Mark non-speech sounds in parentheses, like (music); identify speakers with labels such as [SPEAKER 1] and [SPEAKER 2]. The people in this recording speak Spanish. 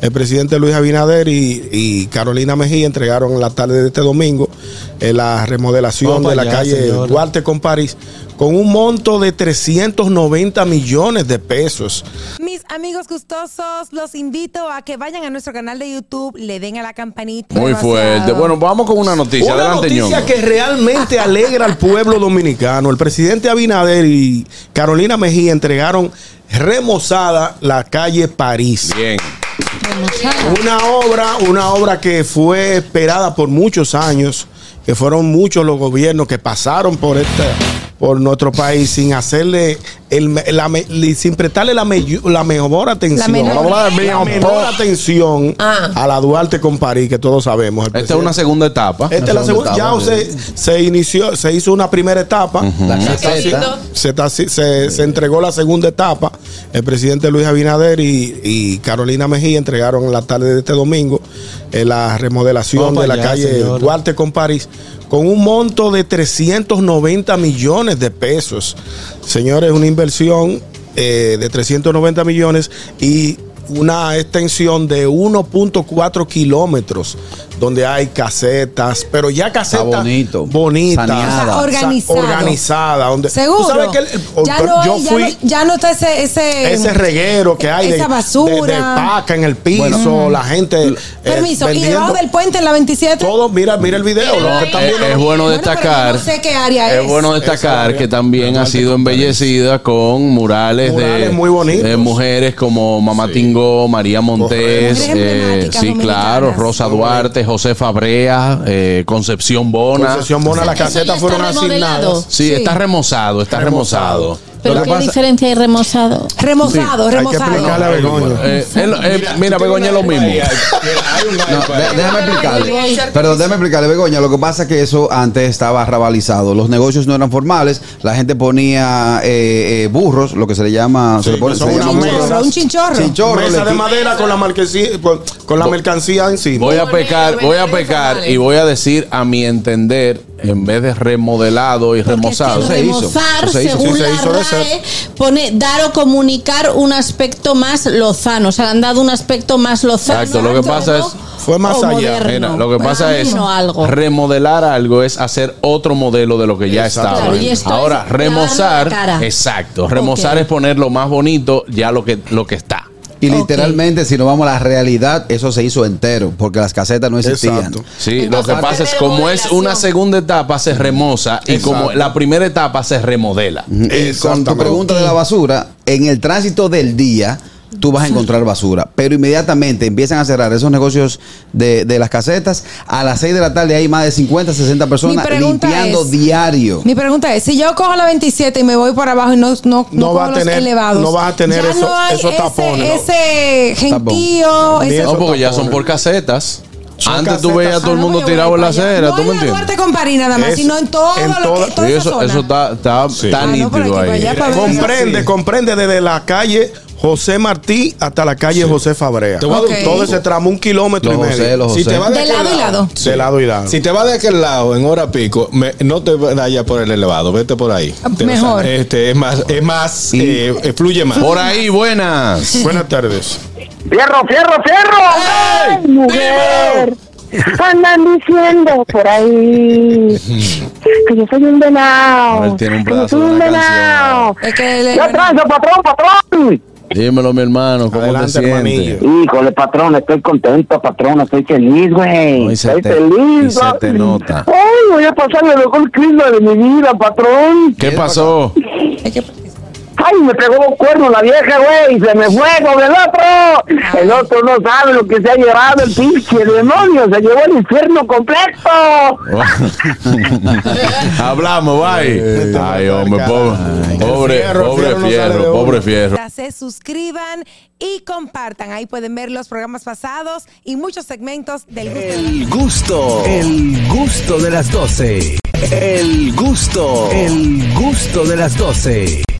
[SPEAKER 1] el presidente Luis Abinader y, y Carolina Mejía entregaron la tarde de este domingo eh, la remodelación
[SPEAKER 2] Vamos
[SPEAKER 1] de la
[SPEAKER 2] allá,
[SPEAKER 1] calle
[SPEAKER 2] señora.
[SPEAKER 1] Duarte con París con un monto de 390 millones de pesos.
[SPEAKER 3] Mis amigos gustosos, los invito a que vayan a nuestro canal de YouTube, le den a la campanita.
[SPEAKER 4] Muy fuerte. Bueno, vamos con una noticia.
[SPEAKER 1] Una
[SPEAKER 4] Adelante,
[SPEAKER 1] noticia
[SPEAKER 4] Ñongo.
[SPEAKER 1] que realmente alegra al pueblo dominicano. El presidente Abinader y Carolina Mejía entregaron remozada la calle París.
[SPEAKER 4] Bien.
[SPEAKER 1] Una obra, una obra que fue esperada por muchos años, que fueron muchos los gobiernos que pasaron por esta por nuestro país sin hacerle el me- la me- li- sin prestarle la, meyu- la mejor atención,
[SPEAKER 3] menor.
[SPEAKER 4] Hola,
[SPEAKER 1] la
[SPEAKER 4] mío,
[SPEAKER 1] menor
[SPEAKER 4] po.
[SPEAKER 1] atención a la Duarte con París, que todos sabemos. el
[SPEAKER 4] Esta es una
[SPEAKER 1] presidente.
[SPEAKER 4] segunda etapa.
[SPEAKER 1] Esta es la segunda. Ya se, se inició, se hizo una primera etapa.
[SPEAKER 5] La
[SPEAKER 1] Está-
[SPEAKER 5] caseta.
[SPEAKER 1] se, está- se- se entregó la segunda etapa. El presidente Luis Abinader y, y Carolina Mejía entregaron la tarde de este domingo eh, la remodelación
[SPEAKER 2] Vamos
[SPEAKER 1] de la
[SPEAKER 2] allá,
[SPEAKER 1] calle
[SPEAKER 2] señora.
[SPEAKER 1] Duarte con París con un monto de 390 millones de pesos. Señores, una inversión eh, de 390 millones y una extensión de 1.4 kilómetros donde hay casetas, pero ya casetas
[SPEAKER 5] bonito.
[SPEAKER 1] bonitas,
[SPEAKER 5] Saneada.
[SPEAKER 1] sa-
[SPEAKER 3] Organizado.
[SPEAKER 1] organizada, donde
[SPEAKER 3] Seguro.
[SPEAKER 1] ¿Tú sabes que el- el-
[SPEAKER 3] ya, no,
[SPEAKER 1] yo
[SPEAKER 3] hay- ya
[SPEAKER 1] fui
[SPEAKER 3] no- ya no está ese. Ese,
[SPEAKER 1] ese reguero que hay de-
[SPEAKER 3] Esa
[SPEAKER 1] de,
[SPEAKER 3] basura. Mm.
[SPEAKER 1] de paca en el piso, la gente eh,
[SPEAKER 3] Permiso. y
[SPEAKER 1] vendiendo
[SPEAKER 3] debajo del puente en la 27.
[SPEAKER 1] todo, mira, mira el video, lo que están
[SPEAKER 4] Eh,
[SPEAKER 1] viendo.
[SPEAKER 4] es
[SPEAKER 3] Bueno,
[SPEAKER 4] bueno
[SPEAKER 3] pero
[SPEAKER 4] destacar.
[SPEAKER 3] yo no sé qué área
[SPEAKER 4] es
[SPEAKER 3] es.
[SPEAKER 4] bueno
[SPEAKER 1] Esa
[SPEAKER 4] destacar
[SPEAKER 1] área.
[SPEAKER 4] que también ha sido embellecida con murales,
[SPEAKER 1] Murales
[SPEAKER 4] de,
[SPEAKER 1] muy bonitos.
[SPEAKER 4] de mujeres como Mamá Tingó, María Montés,
[SPEAKER 3] Correcto. Mujeres
[SPEAKER 4] eh,
[SPEAKER 3] emblemáticas
[SPEAKER 4] sí, claro,
[SPEAKER 3] dominicanas.
[SPEAKER 4] Rosa Duarte, José Fabrea, eh, Concepción Bona.
[SPEAKER 1] Concesión Bona, las casetas
[SPEAKER 6] ya
[SPEAKER 1] fueron
[SPEAKER 6] está remodelado.
[SPEAKER 1] asignadas.
[SPEAKER 4] Sí,
[SPEAKER 3] Sí.
[SPEAKER 4] está remozado, está remozado.
[SPEAKER 1] Lo que
[SPEAKER 6] Pero qué
[SPEAKER 1] pasa-
[SPEAKER 6] diferencia hay remozado.
[SPEAKER 3] Remozado,
[SPEAKER 1] Hay que explicarle a
[SPEAKER 3] remozado.
[SPEAKER 1] Begoña.
[SPEAKER 4] Eh, él- eh, (laughs) mira, Begoña es lo mismo.
[SPEAKER 5] No, de- déjame explicarle. Perdón, déjame explicarle, Begoña. Lo que pasa es que eso antes estaba rabalizado. Los negocios no eran formales. La gente ponía eh, eh, burros, lo que se le llama.
[SPEAKER 1] Sí,
[SPEAKER 5] se le pone-
[SPEAKER 1] que
[SPEAKER 5] se
[SPEAKER 1] son
[SPEAKER 5] le llama
[SPEAKER 1] unas
[SPEAKER 5] burro.
[SPEAKER 1] mesas.
[SPEAKER 3] Un chinchorro.
[SPEAKER 5] Chinchorro, le
[SPEAKER 1] Mesa de
[SPEAKER 5] qui-
[SPEAKER 1] madera con la marquesía, con, con la mercancía encima.
[SPEAKER 4] Voy eh, a pecar, voy a pecar y voy a decir a mi entender, en vez de remodelado y remozado.
[SPEAKER 6] Porque
[SPEAKER 5] se hizo.
[SPEAKER 6] remozar,
[SPEAKER 5] Se hizo.
[SPEAKER 6] según
[SPEAKER 1] Sí, se
[SPEAKER 6] la
[SPEAKER 1] hizo de
[SPEAKER 6] RAE, pone dar o comunicar un aspecto más lozano. O sea, le han dado un aspecto más lozano.
[SPEAKER 4] Exacto, lo que pasa es-
[SPEAKER 1] Fue más
[SPEAKER 6] o
[SPEAKER 1] allá.
[SPEAKER 6] moderno.
[SPEAKER 4] Mira, lo que
[SPEAKER 6] Para
[SPEAKER 4] pasa
[SPEAKER 6] mí
[SPEAKER 4] es
[SPEAKER 6] no algo.
[SPEAKER 4] remodelar algo es hacer otro modelo de lo que ya
[SPEAKER 1] Exacto.
[SPEAKER 4] estaba.
[SPEAKER 6] Claro, y esto
[SPEAKER 4] Ahora
[SPEAKER 6] es
[SPEAKER 4] remozar,
[SPEAKER 6] darle la cara.
[SPEAKER 4] exacto, remozar
[SPEAKER 6] Ok.
[SPEAKER 4] es poner lo más bonito ya lo que lo que está.
[SPEAKER 5] Y literalmente, si nos vamos a la realidad, eso se hizo entero, porque las casetas no existían.
[SPEAKER 1] Exacto.
[SPEAKER 4] Sí, lo que
[SPEAKER 6] Entonces,
[SPEAKER 4] pasa es
[SPEAKER 6] primero
[SPEAKER 4] como es una
[SPEAKER 6] remodelación.
[SPEAKER 4] segunda etapa se remoza y como
[SPEAKER 1] Exacto.
[SPEAKER 4] la primera etapa se remodela.
[SPEAKER 5] Y Eh, con tu
[SPEAKER 1] Exactamente.
[SPEAKER 5] pregunta de la basura, en el tránsito del día tú vas a encontrar basura, pero inmediatamente empiezan a cerrar esos negocios de, de las casetas. A las 6 de la tarde hay más de 50, 60 personas
[SPEAKER 3] Mi pregunta
[SPEAKER 5] limpiando
[SPEAKER 3] es-
[SPEAKER 5] diario.
[SPEAKER 3] Mi pregunta es, si yo cojo la 27 y me voy por abajo y no, no, no,
[SPEAKER 1] No
[SPEAKER 3] cojo
[SPEAKER 1] va a
[SPEAKER 3] los
[SPEAKER 1] tener-
[SPEAKER 3] elevados,
[SPEAKER 1] no vas a tener
[SPEAKER 3] ya
[SPEAKER 1] esos-
[SPEAKER 3] no hay
[SPEAKER 1] esos
[SPEAKER 3] ese-
[SPEAKER 1] tapones.
[SPEAKER 3] Ese gentío,
[SPEAKER 1] Tapón.
[SPEAKER 3] ese
[SPEAKER 1] Eso
[SPEAKER 4] No, porque ya son
[SPEAKER 1] tampoco.
[SPEAKER 4] por casetas.
[SPEAKER 1] Son
[SPEAKER 4] Antes tú
[SPEAKER 1] casetas.
[SPEAKER 4] veías a todo el
[SPEAKER 3] Ah, no,
[SPEAKER 4] mundo
[SPEAKER 3] pues yo
[SPEAKER 4] tirado
[SPEAKER 3] voy
[SPEAKER 4] en la
[SPEAKER 3] para allá.
[SPEAKER 4] acera,
[SPEAKER 3] no
[SPEAKER 4] ¿tú
[SPEAKER 3] en
[SPEAKER 4] me
[SPEAKER 3] la
[SPEAKER 4] entiendes?
[SPEAKER 3] Duarte con París nada más,
[SPEAKER 1] Es-
[SPEAKER 3] sino en todo
[SPEAKER 1] en
[SPEAKER 3] lo
[SPEAKER 1] toda-
[SPEAKER 3] que toda
[SPEAKER 4] Y
[SPEAKER 3] esa
[SPEAKER 4] eso,
[SPEAKER 3] zona.
[SPEAKER 4] eso está, está, está
[SPEAKER 3] Ah, no, pero
[SPEAKER 4] nítido
[SPEAKER 3] aquí para
[SPEAKER 4] ahí.
[SPEAKER 3] allá, para ver-
[SPEAKER 1] Comprende, comprende desde la calle José Martí hasta la calle José Fabrea.
[SPEAKER 7] Te voy a dar
[SPEAKER 3] un Ok.
[SPEAKER 1] Todo ese tramo, un kilómetro
[SPEAKER 5] Los
[SPEAKER 1] y
[SPEAKER 5] José,
[SPEAKER 1] medio.
[SPEAKER 5] los José.
[SPEAKER 1] vas
[SPEAKER 3] De
[SPEAKER 1] aquel
[SPEAKER 3] lado y lado.
[SPEAKER 1] Sí. De lado y lado.
[SPEAKER 7] Si te vas de aquel lado en hora pico, me- no te vayas por el elevado, vete por ahí.
[SPEAKER 3] Ah,
[SPEAKER 7] Te-
[SPEAKER 3] mejor.
[SPEAKER 7] Este es más, es más, eh, eh, fluye más.
[SPEAKER 4] Por ahí, buenas.
[SPEAKER 1] Buenas tardes.
[SPEAKER 8] ¡Fierro, fierro, fierro! ¡Ay, mujer! Andan diciendo por ahí que yo soy un venado.
[SPEAKER 4] A ver, tiene un
[SPEAKER 8] que yo
[SPEAKER 4] pedazo
[SPEAKER 8] soy
[SPEAKER 4] de
[SPEAKER 8] un
[SPEAKER 4] una
[SPEAKER 8] venado.
[SPEAKER 3] Es que le-
[SPEAKER 8] ¿Qué tranza, patrón, patrón?
[SPEAKER 4] Dímelo, mi hermano, ¿cómo
[SPEAKER 1] Adelante,
[SPEAKER 4] te
[SPEAKER 1] hermanillo.
[SPEAKER 4] sientes?
[SPEAKER 8] Híjole, patrón, estoy contento, patrón, estoy feliz, güey.
[SPEAKER 4] No, y se
[SPEAKER 8] Estoy
[SPEAKER 4] te-
[SPEAKER 8] feliz.
[SPEAKER 4] y se te nota.
[SPEAKER 8] Ay, voy a pasar la mejor crisis de mi vida, patrón.
[SPEAKER 4] ¿Qué pasó? (laughs)
[SPEAKER 3] es que-
[SPEAKER 8] Ay, me pegó dos cuernos la vieja, güey, y se me fue con el otro. El otro no sabe lo que se ha llevado el pinche demonio, se llevó el infierno completo.
[SPEAKER 4] Hablamos, bye. Ay, hombre, pobre, pobre,
[SPEAKER 1] Fierro, fierro no
[SPEAKER 4] pobre
[SPEAKER 1] sale de
[SPEAKER 4] fierro,
[SPEAKER 1] uno.
[SPEAKER 4] pobre fierro.
[SPEAKER 3] se suscriban y compartan. Ahí pueden ver los programas pasados y muchos segmentos del gusto. de la
[SPEAKER 9] El gusto, el gusto de las 12. El gusto, el gusto de las 12.